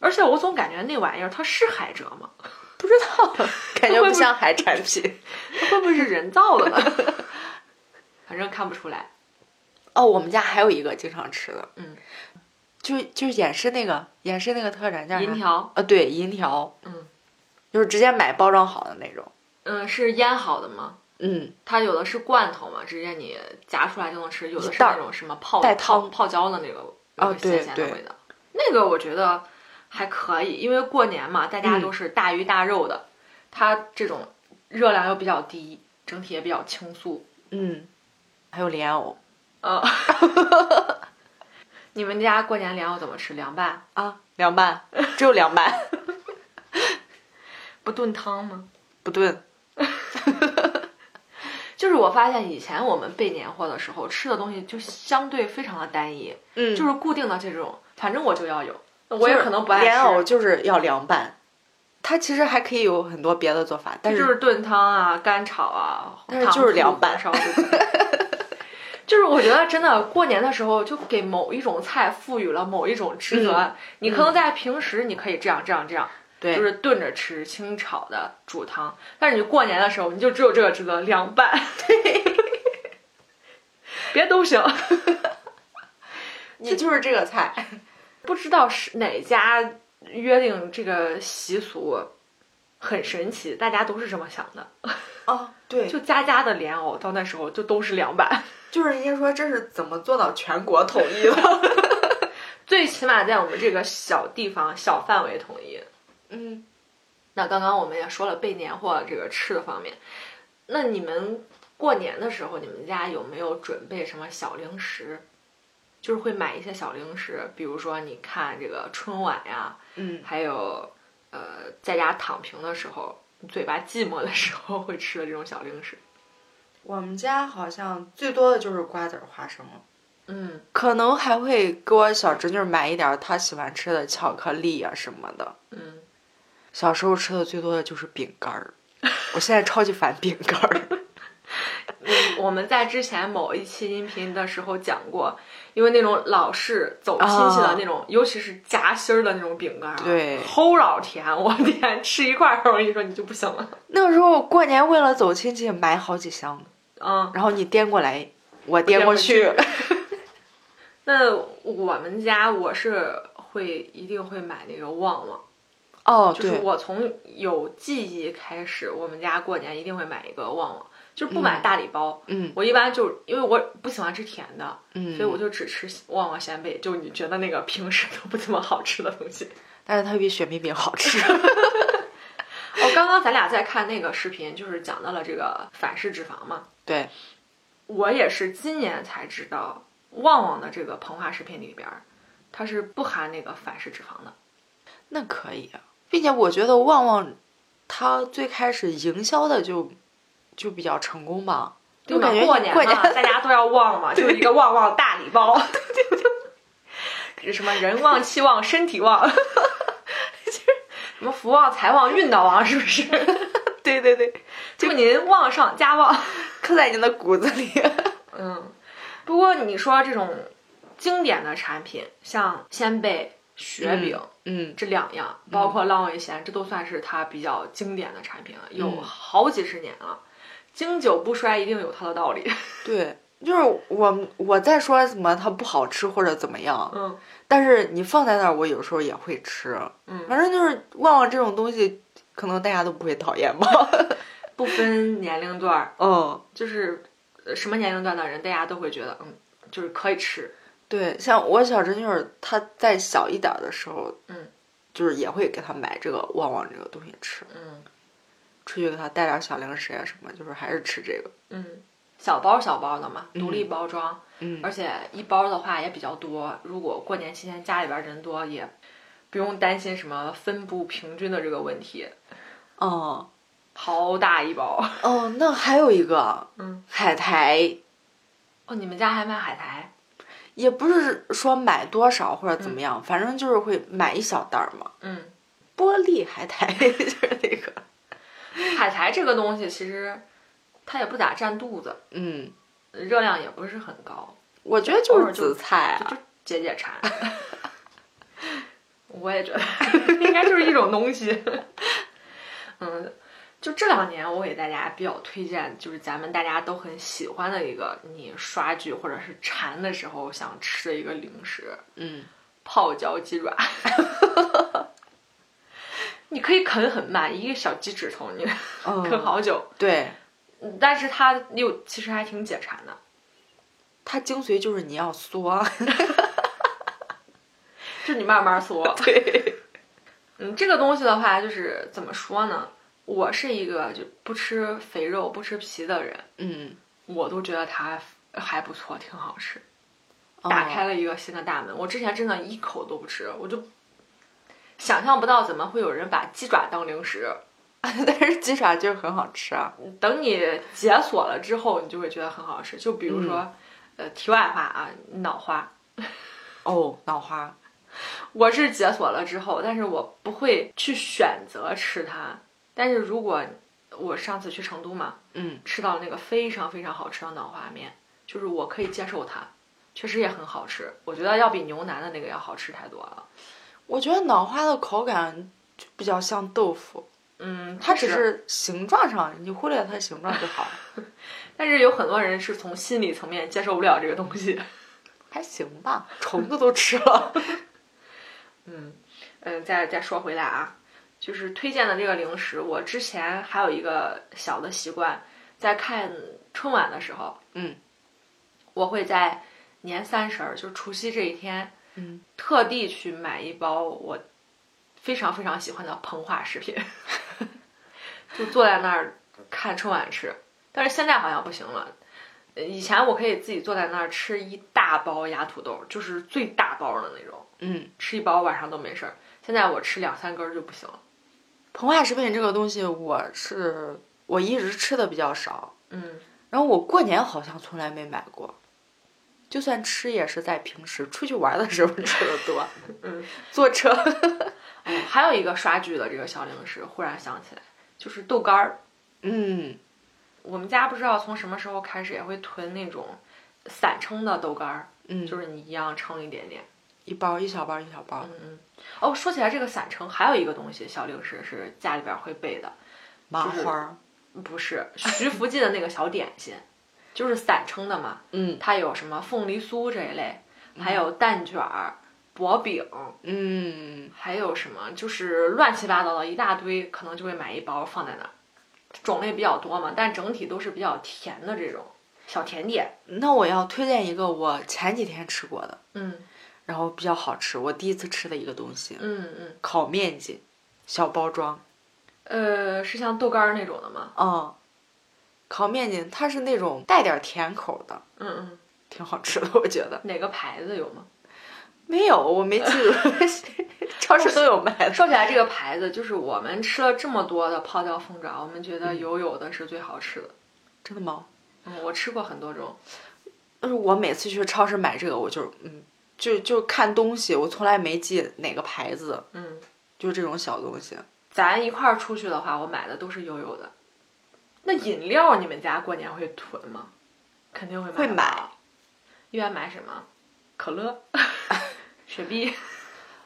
[SPEAKER 1] 而且我总感觉那玩意儿它是海蜇吗？
[SPEAKER 2] 不知 道，感觉
[SPEAKER 1] 会
[SPEAKER 2] 不
[SPEAKER 1] 不
[SPEAKER 2] 像海产品。
[SPEAKER 1] 它会不 会是人造的呢？反正看不出来。
[SPEAKER 2] 哦，我们家还有一个经常吃的，
[SPEAKER 1] 嗯，
[SPEAKER 2] 就是就是演示那个演示那个特产叫啥
[SPEAKER 1] 银条，
[SPEAKER 2] 啊，对，银条，
[SPEAKER 1] 嗯，
[SPEAKER 2] 就是直接买包装好的那种，
[SPEAKER 1] 嗯，是腌好的吗？
[SPEAKER 2] 嗯，
[SPEAKER 1] 它有的是罐头嘛，直接你夹出来就能吃；有的
[SPEAKER 2] 一
[SPEAKER 1] 是
[SPEAKER 2] 袋儿
[SPEAKER 1] 那种什么泡
[SPEAKER 2] 带
[SPEAKER 1] 泡
[SPEAKER 2] 汤
[SPEAKER 1] 泡椒的那个，那
[SPEAKER 2] 哦
[SPEAKER 1] 个
[SPEAKER 2] 对
[SPEAKER 1] 咸咸的
[SPEAKER 2] 对
[SPEAKER 1] 味道。那个我觉得还可以，因为过年嘛，大家
[SPEAKER 2] 嗯
[SPEAKER 1] 都是大鱼大肉的，它这种热量又比较低，整体也比较清素。
[SPEAKER 2] 嗯，还有莲藕
[SPEAKER 1] 呃，你们家过年莲藕怎么吃？凉拌
[SPEAKER 2] 啊，凉拌，只有凉拌，
[SPEAKER 1] 不炖汤吗？
[SPEAKER 2] 不炖，
[SPEAKER 1] 就是我发现以前我们备年货的时候吃的东西就相对非常的单一，
[SPEAKER 2] 嗯，
[SPEAKER 1] 就是固定的这种，反正我就要有，我也可能不爱吃。
[SPEAKER 2] 莲藕就是要凉拌，它其实还可以有很多别的做法，但
[SPEAKER 1] 就是是炖汤啊、干炒啊，
[SPEAKER 2] 但是就是凉拌
[SPEAKER 1] 糖醋火烧就可以 就是我觉得真的过年的时候，就给某一种菜赋予了某一种职责。
[SPEAKER 2] 嗯
[SPEAKER 1] 你可能在平时你可以这样、这样、这样，
[SPEAKER 2] 对
[SPEAKER 1] 就是炖着吃、清炒的、煮汤。但是你过年的时候，你就只有这个职责，凉拌。别都行。
[SPEAKER 2] 你就是这个菜，
[SPEAKER 1] 不知道是哪家约定这个习俗，很神奇，大家都是这么想的。
[SPEAKER 2] 哦，对，
[SPEAKER 1] 就家家的莲藕到那时候就都是凉拌，
[SPEAKER 2] 就是人家说这是怎么做到全国统一 的，
[SPEAKER 1] 最起码在我们这个小地方小范围统一。
[SPEAKER 2] 嗯，
[SPEAKER 1] 那刚刚我们也说了备年货这个吃的方面，那你们过年的时候，你们家有没有准备什么小零食？就是会买一些小零食，比如说你看这个春晚呀、
[SPEAKER 2] 嗯，
[SPEAKER 1] 还有呃在家躺平的时候，你嘴巴寂寞的时候会吃的这种小零食。
[SPEAKER 2] 我们家好像最多的就是瓜子儿、花生了。
[SPEAKER 1] 嗯，
[SPEAKER 2] 可能还会给我小侄女买一点儿她喜欢吃的巧克力呀、什么的。
[SPEAKER 1] 嗯，
[SPEAKER 2] 小时候吃的最多的就是饼干 儿，我现在超级烦饼干儿。
[SPEAKER 1] 我们在之前某一期音频的时候讲过，因为那种老是走亲戚的那种，尤其是夹心儿的那种饼干，
[SPEAKER 2] 哦对
[SPEAKER 1] 齁老甜，我天，吃一块儿，我跟你说你就不行了。
[SPEAKER 2] 那个时候过年为了走亲戚买好几箱，
[SPEAKER 1] 嗯，
[SPEAKER 2] 然后你颠过来，我颠过去。
[SPEAKER 1] 那我们家我是会一定会买那个旺旺，
[SPEAKER 2] 哦，
[SPEAKER 1] 就是
[SPEAKER 2] 对，
[SPEAKER 1] 我从有记忆开始，我们家过年一定会买一个旺旺，就是不买大礼包。
[SPEAKER 2] 嗯
[SPEAKER 1] 我一般就因为我不喜欢吃甜的，
[SPEAKER 2] 嗯，
[SPEAKER 1] 所以我就只吃旺旺鲜贝，就你觉得那个平时都不怎么好吃的东西。
[SPEAKER 2] 但是它比雪米饼好吃。
[SPEAKER 1] 哦，刚刚咱俩在看那个视频，就是讲到了这个反式脂肪嘛。
[SPEAKER 2] 对，
[SPEAKER 1] 我也是今年才知道，旺旺的这个膨化食品里边儿，它是不含那个反式脂肪的。
[SPEAKER 2] 那可以啊，并且我觉得旺旺，它最开始营销的就就比较成功吧。
[SPEAKER 1] 对
[SPEAKER 2] 就
[SPEAKER 1] 吧
[SPEAKER 2] 感觉你
[SPEAKER 1] 过年嘛，
[SPEAKER 2] 过年
[SPEAKER 1] 大家都要旺 嘛，就是一个旺旺大礼包。对对 对，什么人旺气旺身体旺， 就是什么福旺财旺运道旺，是不是？
[SPEAKER 2] 对对对，
[SPEAKER 1] 祝您旺上加旺。
[SPEAKER 2] 刻在你的骨子里。
[SPEAKER 1] 嗯，不过你说这种经典的产品，像鲜贝、雪饼、
[SPEAKER 2] 嗯，
[SPEAKER 1] 这两样，包括浪味仙，这都算是它比较经典的产品了，有
[SPEAKER 2] 嗯
[SPEAKER 1] 好几十年了。经久不衰，一定有它的道理。
[SPEAKER 2] 对，就是我我在说什么它不好吃或者怎么样，
[SPEAKER 1] 嗯
[SPEAKER 2] 但是你放在那儿，我有时候也会吃。
[SPEAKER 1] 嗯，
[SPEAKER 2] 反正就是旺旺这种东西，可能大家都不会讨厌吧。
[SPEAKER 1] 不分年龄段儿，
[SPEAKER 2] 嗯，
[SPEAKER 1] 就是呃什么年龄段的人，大家都会觉得，嗯，就是可以吃。
[SPEAKER 2] 对，像我小侄女儿，她再小一点儿的时候，
[SPEAKER 1] 嗯，
[SPEAKER 2] 就是也会给她买这个旺旺这个东西吃。
[SPEAKER 1] 嗯
[SPEAKER 2] 出去给他带点小零食啊呀什么，就是还是吃这个。
[SPEAKER 1] 嗯，小包小包的嘛，
[SPEAKER 2] 嗯
[SPEAKER 1] 独立包装，
[SPEAKER 2] 嗯
[SPEAKER 1] 而且一包的话也比较多，如果过年期间家里边人多，也不用担心什么分布平均的这个问题。
[SPEAKER 2] 哦
[SPEAKER 1] 好大一包！
[SPEAKER 2] 哦，那还有一个，
[SPEAKER 1] 嗯，
[SPEAKER 2] 海苔
[SPEAKER 1] 哦，你们家还卖海苔？
[SPEAKER 2] 也不是说买多少或者怎么样，反正就是会买一小袋儿嘛。
[SPEAKER 1] 嗯，
[SPEAKER 2] 玻璃海苔 就是那个，
[SPEAKER 1] 海苔这个东西其实它也不咋占肚子，
[SPEAKER 2] 嗯，
[SPEAKER 1] 热量也不是很高，
[SPEAKER 2] 我觉得就
[SPEAKER 1] 偶尔
[SPEAKER 2] 是
[SPEAKER 1] 就
[SPEAKER 2] 紫菜
[SPEAKER 1] 就就
[SPEAKER 2] 啊，
[SPEAKER 1] 解解馋。 我也觉得应该就是一种东西。 嗯，就这两年我给大家比较推荐，就是咱们大家都很喜欢的一个，你刷剧或者是馋的时候想吃的一个零食，
[SPEAKER 2] 嗯，
[SPEAKER 1] 泡椒鸡爪。 你可以啃很慢，一个小鸡指头你啃
[SPEAKER 2] 嗯，
[SPEAKER 1] 好久，
[SPEAKER 2] 对，
[SPEAKER 1] 但是它又其实还挺解馋的。
[SPEAKER 2] 它精髓就是你要缩，
[SPEAKER 1] 就你慢慢说。
[SPEAKER 2] 对，
[SPEAKER 1] 嗯，这个东西的话，就是怎么说呢？我是一个就不吃肥肉、不吃皮的人，
[SPEAKER 2] 嗯，
[SPEAKER 1] 我都觉得它还不错，挺好吃，
[SPEAKER 2] 哦
[SPEAKER 1] 打开了一个新的大门。我之前真的一口都不吃，我就想象不到怎么会有人把鸡爪当零食。
[SPEAKER 2] 嗯但是鸡爪就是很好吃啊。
[SPEAKER 1] 等你解锁了之后，你就会觉得很好吃。就比如说，
[SPEAKER 2] 嗯
[SPEAKER 1] 呃，题外话啊，脑花，
[SPEAKER 2] 哦，脑花，
[SPEAKER 1] 我是解锁了之后，但是我不会去选择吃它。但是如果我上次去成都嘛，
[SPEAKER 2] 嗯，
[SPEAKER 1] 吃到那个非常非常好吃的脑花面，就是我可以接受它，确实也很好吃。我觉得要比牛腩的那个要好吃太多了。
[SPEAKER 2] 我觉得脑花的口感就比较像豆腐，
[SPEAKER 1] 嗯，
[SPEAKER 2] 它只
[SPEAKER 1] 确实，
[SPEAKER 2] 是形状上，你忽略它的形状就好了，
[SPEAKER 1] 但是有很多人是从心理层面接受不了这个东西。
[SPEAKER 2] 还行吧。虫子都吃了，
[SPEAKER 1] 嗯，再再说回来啊，就是推荐的这个零食，我之前还有一个小的习惯，在看春晚的时候，
[SPEAKER 2] 嗯，
[SPEAKER 1] 我会在年三十儿，就是除夕这一天，
[SPEAKER 2] 嗯，
[SPEAKER 1] 特地去买一包我非常非常喜欢的膨化食品， 就坐在那儿看春晚吃。但是现在好像不行了，呃以前我可以自己坐在那儿吃一大包压土豆，就是最大包的那种。
[SPEAKER 2] 嗯，
[SPEAKER 1] 吃一包晚上都没事儿。现在我吃两三根儿就不行了。
[SPEAKER 2] 膨化食品这个东西，我是我一直吃的比较少，
[SPEAKER 1] 嗯，。
[SPEAKER 2] 然后我过年好像从来没买过，就算吃也是在平时出去玩的时候吃的多
[SPEAKER 1] 嗯，
[SPEAKER 2] 坐车，
[SPEAKER 1] 哎，还有一个刷剧的这个小零食，忽然想起来，就是豆干儿。
[SPEAKER 2] 嗯，
[SPEAKER 1] 我们家不知道从什么时候开始也会囤那种散称的豆干儿，
[SPEAKER 2] 嗯
[SPEAKER 1] 就是你一样称一点点。
[SPEAKER 2] 一包一小包一小包
[SPEAKER 1] 嗯，嗯。哦，说起来这个散称，还有一个东西小零食是家里边儿会备的，
[SPEAKER 2] 麻
[SPEAKER 1] 就是
[SPEAKER 2] 花儿，
[SPEAKER 1] 不是徐福记的那个小点心，就是散称的嘛。
[SPEAKER 2] 嗯
[SPEAKER 1] 它有什么凤梨酥这一类，还有蛋卷儿、薄饼，
[SPEAKER 2] 嗯，
[SPEAKER 1] 还有什么就是乱七八糟的一大堆，可能就会买一包放在那儿，种类比较多嘛，但整体都是比较甜的这种小甜点。
[SPEAKER 2] 那我要推荐一个我前几天吃过的，
[SPEAKER 1] 嗯
[SPEAKER 2] 然后比较好吃，我第一次吃的一个东西，
[SPEAKER 1] 嗯嗯，
[SPEAKER 2] 烤面筋，小包装，
[SPEAKER 1] 呃，是像豆干儿那种的吗？
[SPEAKER 2] 嗯，烤面筋它是那种带点儿甜口的，
[SPEAKER 1] 嗯嗯，
[SPEAKER 2] 挺好吃的， 我觉得。
[SPEAKER 1] 哪个牌子有吗？
[SPEAKER 2] 没有，我 没记住，超市都有卖的。
[SPEAKER 1] 说起来这个牌子，就是我们吃了这么多的泡椒凤爪，我们觉得有有的是最好吃的。
[SPEAKER 2] 真的吗？
[SPEAKER 1] 嗯，我吃过很多种。
[SPEAKER 2] 但是我每次去超市买这个，我就嗯，就就看东西，我从来没记哪个牌子，
[SPEAKER 1] 嗯，
[SPEAKER 2] 就是这种小东西。
[SPEAKER 1] 咱一块儿出去的话，我买的都是有有的。那饮料你们家过年会囤吗？肯定会买。
[SPEAKER 2] 会买。
[SPEAKER 1] 一般买什么？可乐、雪碧。
[SPEAKER 2] 一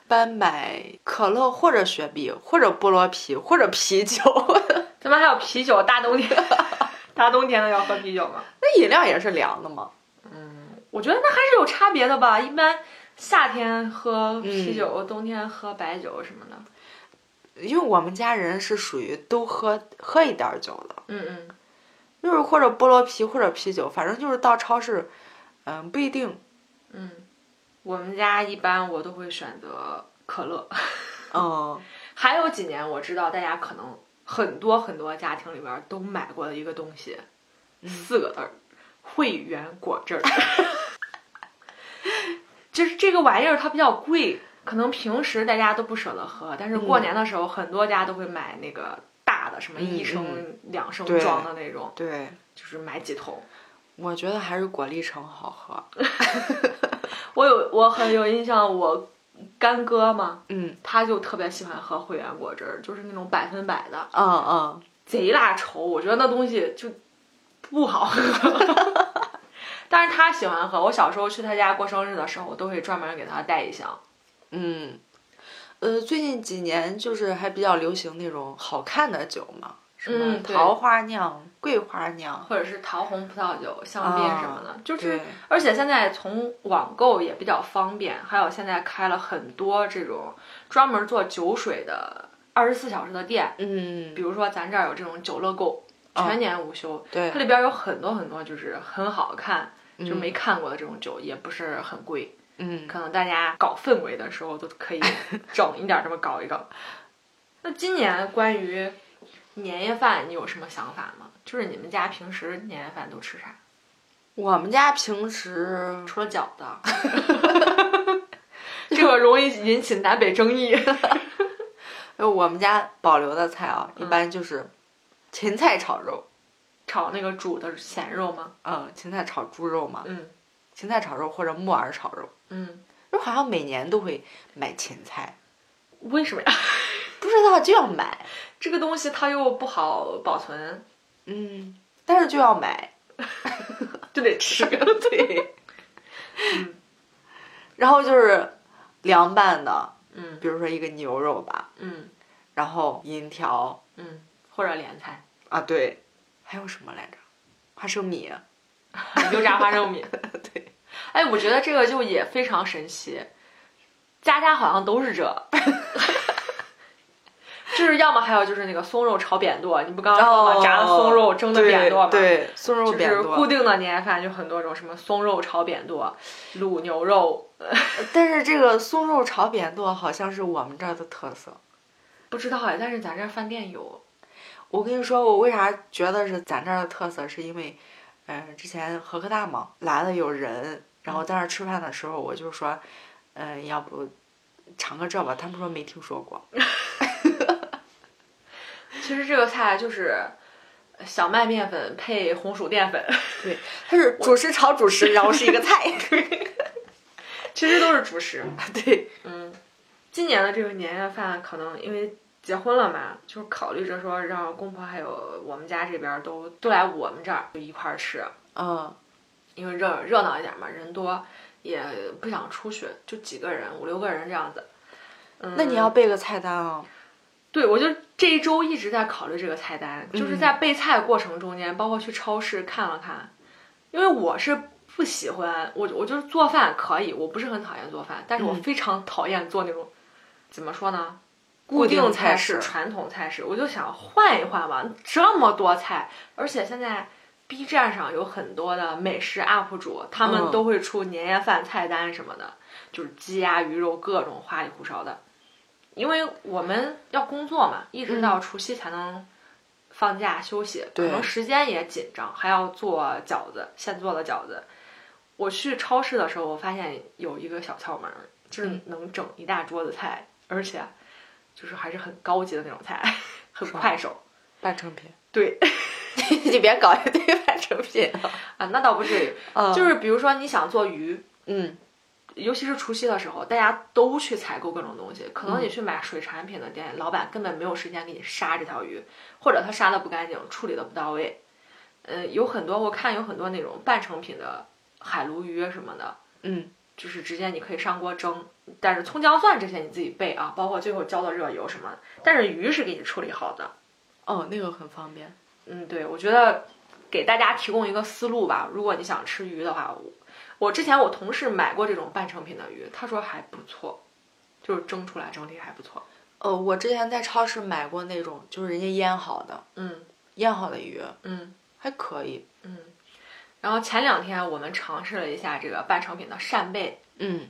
[SPEAKER 2] 般买可乐或者雪碧，或者菠萝啤，或者啤酒。
[SPEAKER 1] 咱们还有啤酒，大冬天，大冬天的要喝啤酒吗？
[SPEAKER 2] 那饮料也是凉的吗？
[SPEAKER 1] 我觉得那还是有差别的吧。一般夏天喝啤酒，冬天喝白酒什么的。
[SPEAKER 2] 因为我们家人是属于都喝喝一点儿酒的，
[SPEAKER 1] 嗯嗯，
[SPEAKER 2] 就是或者菠萝啤或者啤酒，反正就是到超市，嗯，不一定，
[SPEAKER 1] 嗯我们家一般我都会选择可乐。
[SPEAKER 2] 嗯，
[SPEAKER 1] 还有几年我知道大家可能很多很多家庭里边都买过的一个东西，四个字儿，汇源果汁儿。 就是这个玩意儿它比较贵，可能平时大家都不舍得喝，但是过年的时候很多家都会买那个大的，什么一升、两升
[SPEAKER 2] 对
[SPEAKER 1] 装的那种，
[SPEAKER 2] 对，
[SPEAKER 1] 就是买几桶。
[SPEAKER 2] 我觉得还是果粒橙好喝。
[SPEAKER 1] 我有我很有印象，我干哥嘛，
[SPEAKER 2] 嗯
[SPEAKER 1] 他就特别喜欢喝汇源果汁儿，就是那种百分百的。
[SPEAKER 2] 嗯嗯，
[SPEAKER 1] 贼拉稠，我觉得那东西就不好喝。 但是他喜欢喝，我小时候去他家过生日的时候，我都会专门给他带一箱。
[SPEAKER 2] 嗯，呃，最近几年就是还比较流行那种好看的酒嘛，什么
[SPEAKER 1] 嗯对
[SPEAKER 2] 桃花酿、桂花酿，
[SPEAKER 1] 或者是桃红葡萄酒、香槟什么的，就是
[SPEAKER 2] 对，
[SPEAKER 1] 而且现在从网购也比较方便，还有现在开了很多这种专门做酒水的二十四小时的店，
[SPEAKER 2] 嗯
[SPEAKER 1] 比，如说咱这儿有这种酒乐购，全年无休，
[SPEAKER 2] 对
[SPEAKER 1] 它，里边有很多很多就是很好看。就
[SPEAKER 2] 嗯
[SPEAKER 1] 没看过的这种酒也不是很贵，
[SPEAKER 2] 嗯，
[SPEAKER 1] 可能大家搞氛围的时候都可以整一点儿这么搞一搞。 那今年关于年夜饭，你有什么想法吗？就是你们家平时年夜饭都吃啥？
[SPEAKER 2] 我们家平时
[SPEAKER 1] 除了饺子，啊 这个容易引起南北争议。
[SPEAKER 2] 呃我们家保留的菜啊，
[SPEAKER 1] 嗯
[SPEAKER 2] 一般就是芹菜炒肉，
[SPEAKER 1] 炒那个煮的咸肉吗？
[SPEAKER 2] 嗯，芹菜炒猪肉嘛，
[SPEAKER 1] 嗯
[SPEAKER 2] 芹菜炒肉或者木耳炒肉，
[SPEAKER 1] 嗯，
[SPEAKER 2] 就好像每年都会买芹菜，
[SPEAKER 1] 为什么呀？
[SPEAKER 2] 不知道就要买，
[SPEAKER 1] 这个东西它又不好保 存，
[SPEAKER 2] 嗯，但是就要买，
[SPEAKER 1] 就得 吃。
[SPEAKER 2] 对，然后就是凉拌的，
[SPEAKER 1] 嗯
[SPEAKER 2] 比如说一个牛肉吧，
[SPEAKER 1] 嗯
[SPEAKER 2] 然后银条
[SPEAKER 1] 嗯，或者莲菜、
[SPEAKER 2] 啊，对，还有什么来着？花生米，
[SPEAKER 1] 油炸花生米。
[SPEAKER 2] 对，
[SPEAKER 1] 哎，我觉得这个就也非常神奇，家家好像都是 这，就是要么还有就是那个松肉炒扁剁，你不刚刚说吗？
[SPEAKER 2] 哦
[SPEAKER 1] 炸的松肉蒸的扁剁吗？
[SPEAKER 2] 对，对松肉
[SPEAKER 1] 就
[SPEAKER 2] 扁
[SPEAKER 1] 是
[SPEAKER 2] 剁，
[SPEAKER 1] 固定的年夜饭就很多种，什么松肉炒扁剁、卤牛肉，
[SPEAKER 2] 但是这个松肉炒扁剁好像是我们这儿的特色。
[SPEAKER 1] 不知道哎，但是咱这儿饭店有，
[SPEAKER 2] 我跟你说，我为啥觉得是咱这儿的特色，是因为，嗯、之前河科大嘛来了有人，然后在那儿吃饭的时候，我就说，嗯、要不尝个这吧？他们说没听说过。
[SPEAKER 1] 其实这个菜就是小麦面粉配红薯淀粉，
[SPEAKER 2] 对，它是主食炒主食，然后是一个菜。
[SPEAKER 1] 其实都是主食。
[SPEAKER 2] 对，
[SPEAKER 1] 嗯，今年的这个年夜饭可能因为结婚了嘛，就是考虑着说让公婆还有我们家这边儿都都来我们这儿就一块儿吃，
[SPEAKER 2] 嗯
[SPEAKER 1] 因为热热闹一点嘛，人多也不想出去，就几个人五六个人这样子。嗯，
[SPEAKER 2] 那你要备个菜单啊、
[SPEAKER 1] 对，我就这一周一直在考虑这个菜单，就是
[SPEAKER 2] 嗯
[SPEAKER 1] 在备菜过程中间，包括去超市看了看，因为我是不喜欢我，我就是做饭可以，我不是很讨厌做饭，但是我
[SPEAKER 2] 嗯
[SPEAKER 1] 非常讨厌做那种，怎么说呢？
[SPEAKER 2] 固定
[SPEAKER 1] 定
[SPEAKER 2] 菜
[SPEAKER 1] 式、
[SPEAKER 2] 式
[SPEAKER 1] 传统菜式，我就想换一换吧。这么多菜，而且现在 B 站上有很多的美食 UP 主，他们
[SPEAKER 2] 嗯
[SPEAKER 1] 都会出年夜饭菜单什么的，就是鸡鸭鱼肉各种花里胡哨的。因为我们要工作嘛，一直到除夕才能放假休息，可
[SPEAKER 2] 嗯对
[SPEAKER 1] 能时间也紧张，还要做饺子，现做的饺子。我去超市的时候，我发现有一个小窍门儿，
[SPEAKER 2] 嗯
[SPEAKER 1] 就是能整一大桌子菜，而且就是还是很高级的那种菜， 很
[SPEAKER 2] 是吗
[SPEAKER 1] 快手。
[SPEAKER 2] 半成品，
[SPEAKER 1] 对
[SPEAKER 2] 你别搞一堆半成品啊。
[SPEAKER 1] 啊，那倒不至于，
[SPEAKER 2] 嗯
[SPEAKER 1] 就是比如说你想做鱼，
[SPEAKER 2] 嗯
[SPEAKER 1] 尤其是除夕的时候，大家都去采购各种东西。可能你去买水产品的店，老板根本没有时间给你杀这条鱼，或者他杀的不干净，处理的不到位。嗯、有很多我看有很多那种半成品的海鲈鱼什么的，
[SPEAKER 2] 嗯
[SPEAKER 1] 就是直接你可以上锅蒸。但是葱姜蒜这些你自己备啊，包括最后浇的热油什么的。但是鱼是给你处理好的。
[SPEAKER 2] 哦，那个很方便。
[SPEAKER 1] 嗯，对，我觉得给大家提供一个思路吧。如果你想吃鱼的话，我我之前我同事买过这种半成品的鱼，他说还不错，就是蒸出来整体还不错。
[SPEAKER 2] 呃，我之前在超市买过那种，就是人家腌好的，
[SPEAKER 1] 嗯
[SPEAKER 2] 腌好的鱼
[SPEAKER 1] 嗯
[SPEAKER 2] 还可以。
[SPEAKER 1] 嗯。然后前两天我们尝试了一下这个半成品的扇贝，
[SPEAKER 2] 嗯，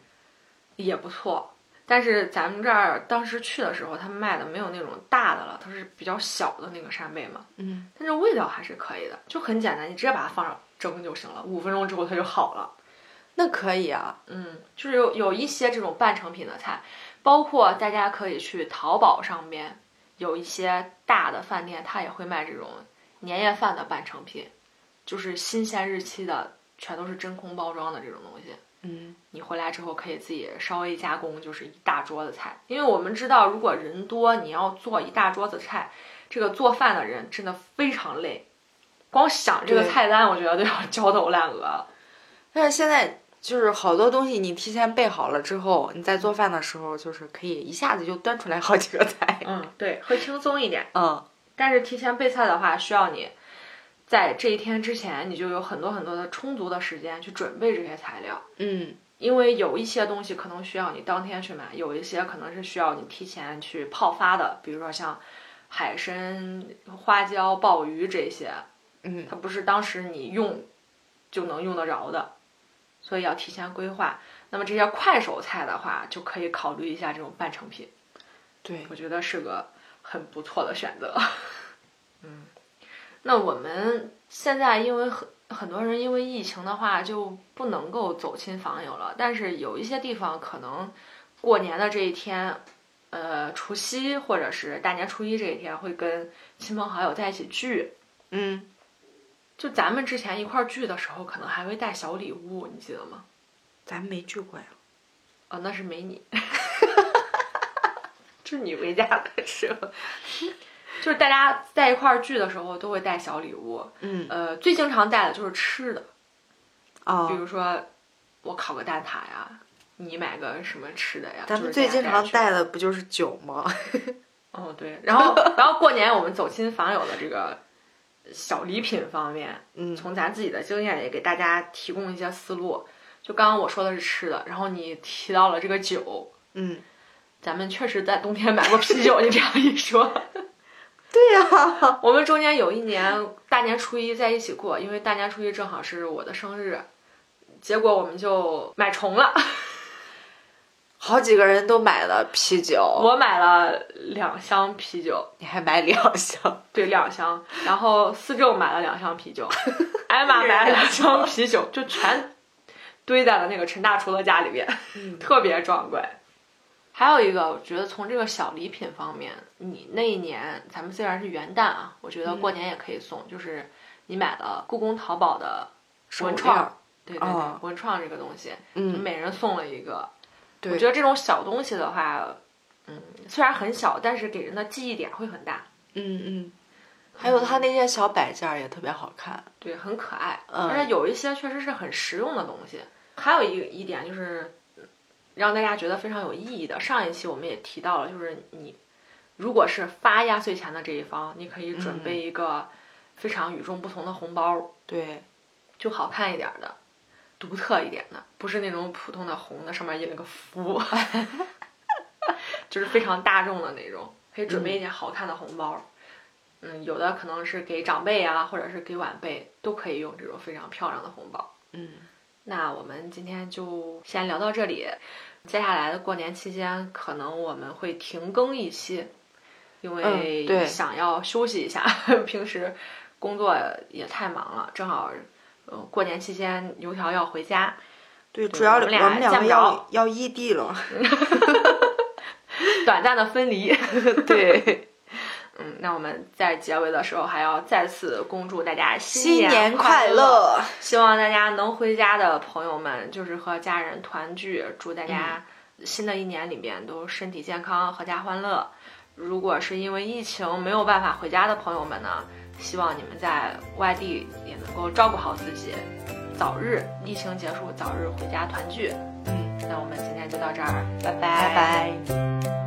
[SPEAKER 1] 也不错。但是咱们这儿当时去的时候，他卖的没有那种大的了，它是比较小的那个扇贝嘛，
[SPEAKER 2] 嗯，
[SPEAKER 1] 但是味道还是可以的，就很简单，你直接把它放上蒸就行了，五分钟之后它就好了。
[SPEAKER 2] 那可以啊。
[SPEAKER 1] 嗯，就是有有一些这种半成品的菜，包括大家可以去淘宝上面有一些大的饭店，它也会卖这种年夜饭的半成品，就是新鲜日期的，全都是真空包装的这种东西。
[SPEAKER 2] 嗯
[SPEAKER 1] 你回来之后可以自己稍微加工，就是一大桌子菜。因为我们知道，如果人多，你要做一大桌子菜，这个做饭的人真的非常累，光想这个
[SPEAKER 2] 对
[SPEAKER 1] 菜单，我觉得都要 焦头烂额了。
[SPEAKER 2] 但是现在就是好多东西，你提前备好了之后，你在做饭的时候，就是可以一下子就端出来好几个菜。
[SPEAKER 1] 嗯，对，会轻松一点。
[SPEAKER 2] 嗯
[SPEAKER 1] 但是提前备菜的话，需要你在这一天之前，你就有很多很多的充足的时间去准备这些材料，
[SPEAKER 2] 嗯
[SPEAKER 1] 因为有一些东西可能需要你当天去买，有一些可能是需要你提前去泡发的，比如说像海参、花椒、鲍鱼这些，
[SPEAKER 2] 嗯，
[SPEAKER 1] 它不是当时你用就能用得着的，所以要提前规划。那么这些快手菜的话，就可以考虑一下这种半成品。
[SPEAKER 2] 对，
[SPEAKER 1] 我觉得是个很不错的选择。 嗯，那我们现在因为很很多人因为疫情的话就不能够走亲访友了，但是有一些地方可能过年的这一天，呃，除夕或者是大年初一这一天会跟亲朋好友在一起聚。
[SPEAKER 2] 嗯，
[SPEAKER 1] 就咱们之前一块儿聚的时候，可能还会带小礼物，你记得吗？
[SPEAKER 2] 咱没聚过呀，
[SPEAKER 1] 哦，那是没你， 是你回家的时候，就是大家在一块儿聚的时候都会带小礼物，
[SPEAKER 2] 嗯
[SPEAKER 1] 呃，最经常带的就是吃的，比
[SPEAKER 2] 哦，
[SPEAKER 1] 如说我烤个蛋挞呀，你买个什么吃的呀，
[SPEAKER 2] 咱
[SPEAKER 1] 就
[SPEAKER 2] 们
[SPEAKER 1] 是
[SPEAKER 2] 最
[SPEAKER 1] 大
[SPEAKER 2] 经
[SPEAKER 1] 家
[SPEAKER 2] 常
[SPEAKER 1] 去
[SPEAKER 2] 带的不就是酒吗？
[SPEAKER 1] 哦，对，然后然后过年我们走亲访友的这个小礼品方面，
[SPEAKER 2] 嗯
[SPEAKER 1] 从咱自己的经验也给大家提供一些思路。就刚刚我说的是吃的，然后你提到了这个酒，
[SPEAKER 2] 嗯，
[SPEAKER 1] 咱们确实在冬天买过啤酒，你这样一说，
[SPEAKER 2] 对呀、
[SPEAKER 1] 我们中间有一年大年初一在一起过，因为大年初一正好是我的生日，结果我们就买重了，
[SPEAKER 2] 好几个人都买了啤酒，
[SPEAKER 1] 我买了两箱啤酒，
[SPEAKER 2] 你还买两 箱，
[SPEAKER 1] 对，两箱，然后思政买了两箱啤 酒，艾玛买了两箱啤酒，就全堆在了那个陈大厨的家里边，
[SPEAKER 2] 嗯
[SPEAKER 1] 特别壮观。还有一个，我觉得从这个小礼品方面，你那一年咱们虽然是元旦啊，我觉得过年也可以送，就是你买了故宫淘宝的文创，对对对，
[SPEAKER 2] 哦
[SPEAKER 1] 文创这个东西，
[SPEAKER 2] 嗯
[SPEAKER 1] 每人送了一个。
[SPEAKER 2] 对
[SPEAKER 1] 我觉得这种小东西的话，嗯，虽然很小，但是给人的记忆点会很大，
[SPEAKER 2] 嗯嗯，还有他那些小摆件儿也特别好看，
[SPEAKER 1] 对，很可爱。
[SPEAKER 2] 嗯
[SPEAKER 1] 但是有一些确实是很实用的东西。还有一个一点就是，让大家觉得非常有意义的。上一期我们也提到了，就是你如果是发压岁钱的这一方，你可以准备一个非常与众不同的红包。
[SPEAKER 2] 对，
[SPEAKER 1] 就好看一点儿的，独特一点的，不是那种普通的红的，上面印了个福，就是非常大众的那种，可以准备一点好看的红包。嗯，有的可能是给长辈啊，或者是给晚辈，都可以用这种非常漂亮的红包。
[SPEAKER 2] 嗯，
[SPEAKER 1] 那我们今天就先聊到这里，接下来的过年期间，可能我们会停更一期，因
[SPEAKER 2] 嗯
[SPEAKER 1] 为
[SPEAKER 2] 对
[SPEAKER 1] 想要休息一下， 平时工作也太忙了，正好，呃，过年期间油条要回家，对
[SPEAKER 2] 对，主要
[SPEAKER 1] 我们俩见不着
[SPEAKER 2] 要异地了，
[SPEAKER 1] 短暂的分离。
[SPEAKER 2] 对，
[SPEAKER 1] 嗯，那我们在结尾的时候还要再次恭祝大家
[SPEAKER 2] 新年
[SPEAKER 1] 快
[SPEAKER 2] 快乐，
[SPEAKER 1] 希望大家能回家的朋友们，就是和家人团聚，祝大家新的一年里面都身体健康，阖家欢乐。如果是因为疫情没有办法回家的朋友们呢，希望你们在外地也能够照顾好自己，早日疫情结束，早日回家团聚。
[SPEAKER 2] 嗯，
[SPEAKER 1] 那我们今天就到这儿，拜拜
[SPEAKER 2] 拜拜。